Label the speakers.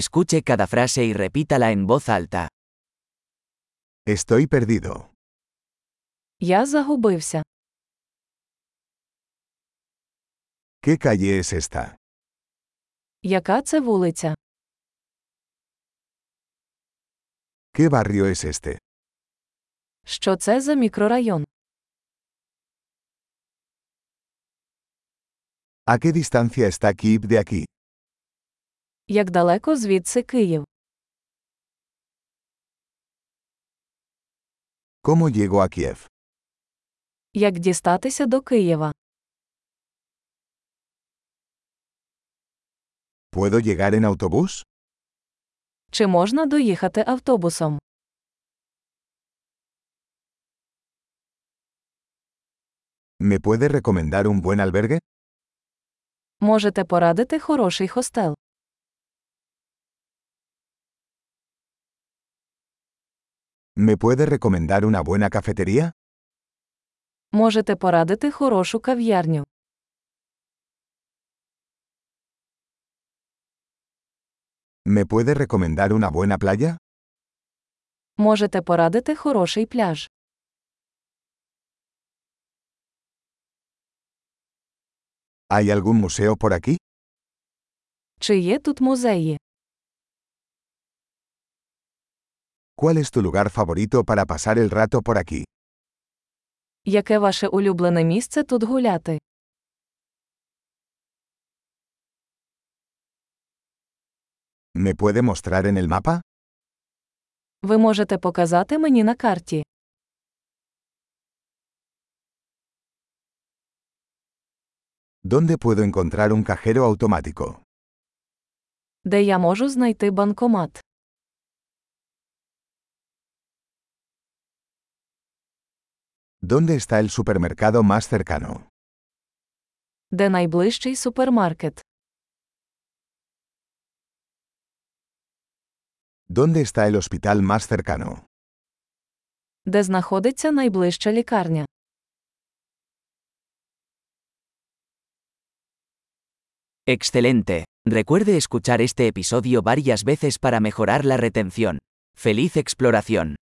Speaker 1: Escuche cada frase y repítala en voz alta.
Speaker 2: Estoy perdido.
Speaker 3: Я загубився.
Speaker 2: ¿Qué calle es esta?
Speaker 3: Яка це вулиця?
Speaker 2: ¿Qué barrio es este?
Speaker 3: Що це за мікрорайон?
Speaker 2: ¿A qué distancia está Kiev de aquí?
Speaker 3: Як далеко звідси Київ?
Speaker 2: ¿Cómo llego a Kiev?
Speaker 3: Як дістатися до Києва?
Speaker 2: ¿Puedo llegar en autobús?
Speaker 3: Чи можна доїхати автобусом?
Speaker 2: ¿Me puede recomendar un buen albergue?
Speaker 3: Можете порадити хороший хостел.
Speaker 2: ¿Me puede recomendar una buena cafetería?
Speaker 3: Можете порадити хорошу кав'ярню.
Speaker 2: ¿Me puede recomendar una buena playa?
Speaker 3: Можете порадити хороший пляж.
Speaker 2: ¿Hay algún museo por aquí?
Speaker 3: Чи є тут музеї?
Speaker 2: ¿Cuál es tu lugar favorito para pasar el rato por aquí?
Speaker 3: Яке ваше улюблене місце тут гуляти?
Speaker 2: ¿Me puede mostrar en el mapa?
Speaker 3: Ви можете показати мені на карті.
Speaker 2: ¿Dónde puedo encontrar un cajero automático?
Speaker 3: Де я можу знайти банкомат?
Speaker 2: ¿Dónde está el supermercado más cercano?
Speaker 3: Де найближчий супермаркет?
Speaker 2: ¿Dónde está el hospital más cercano?
Speaker 3: Де знаходиться найближча лікарня?
Speaker 1: Excelente. Recuerde escuchar este episodio varias veces para mejorar la retención. ¡Feliz exploración!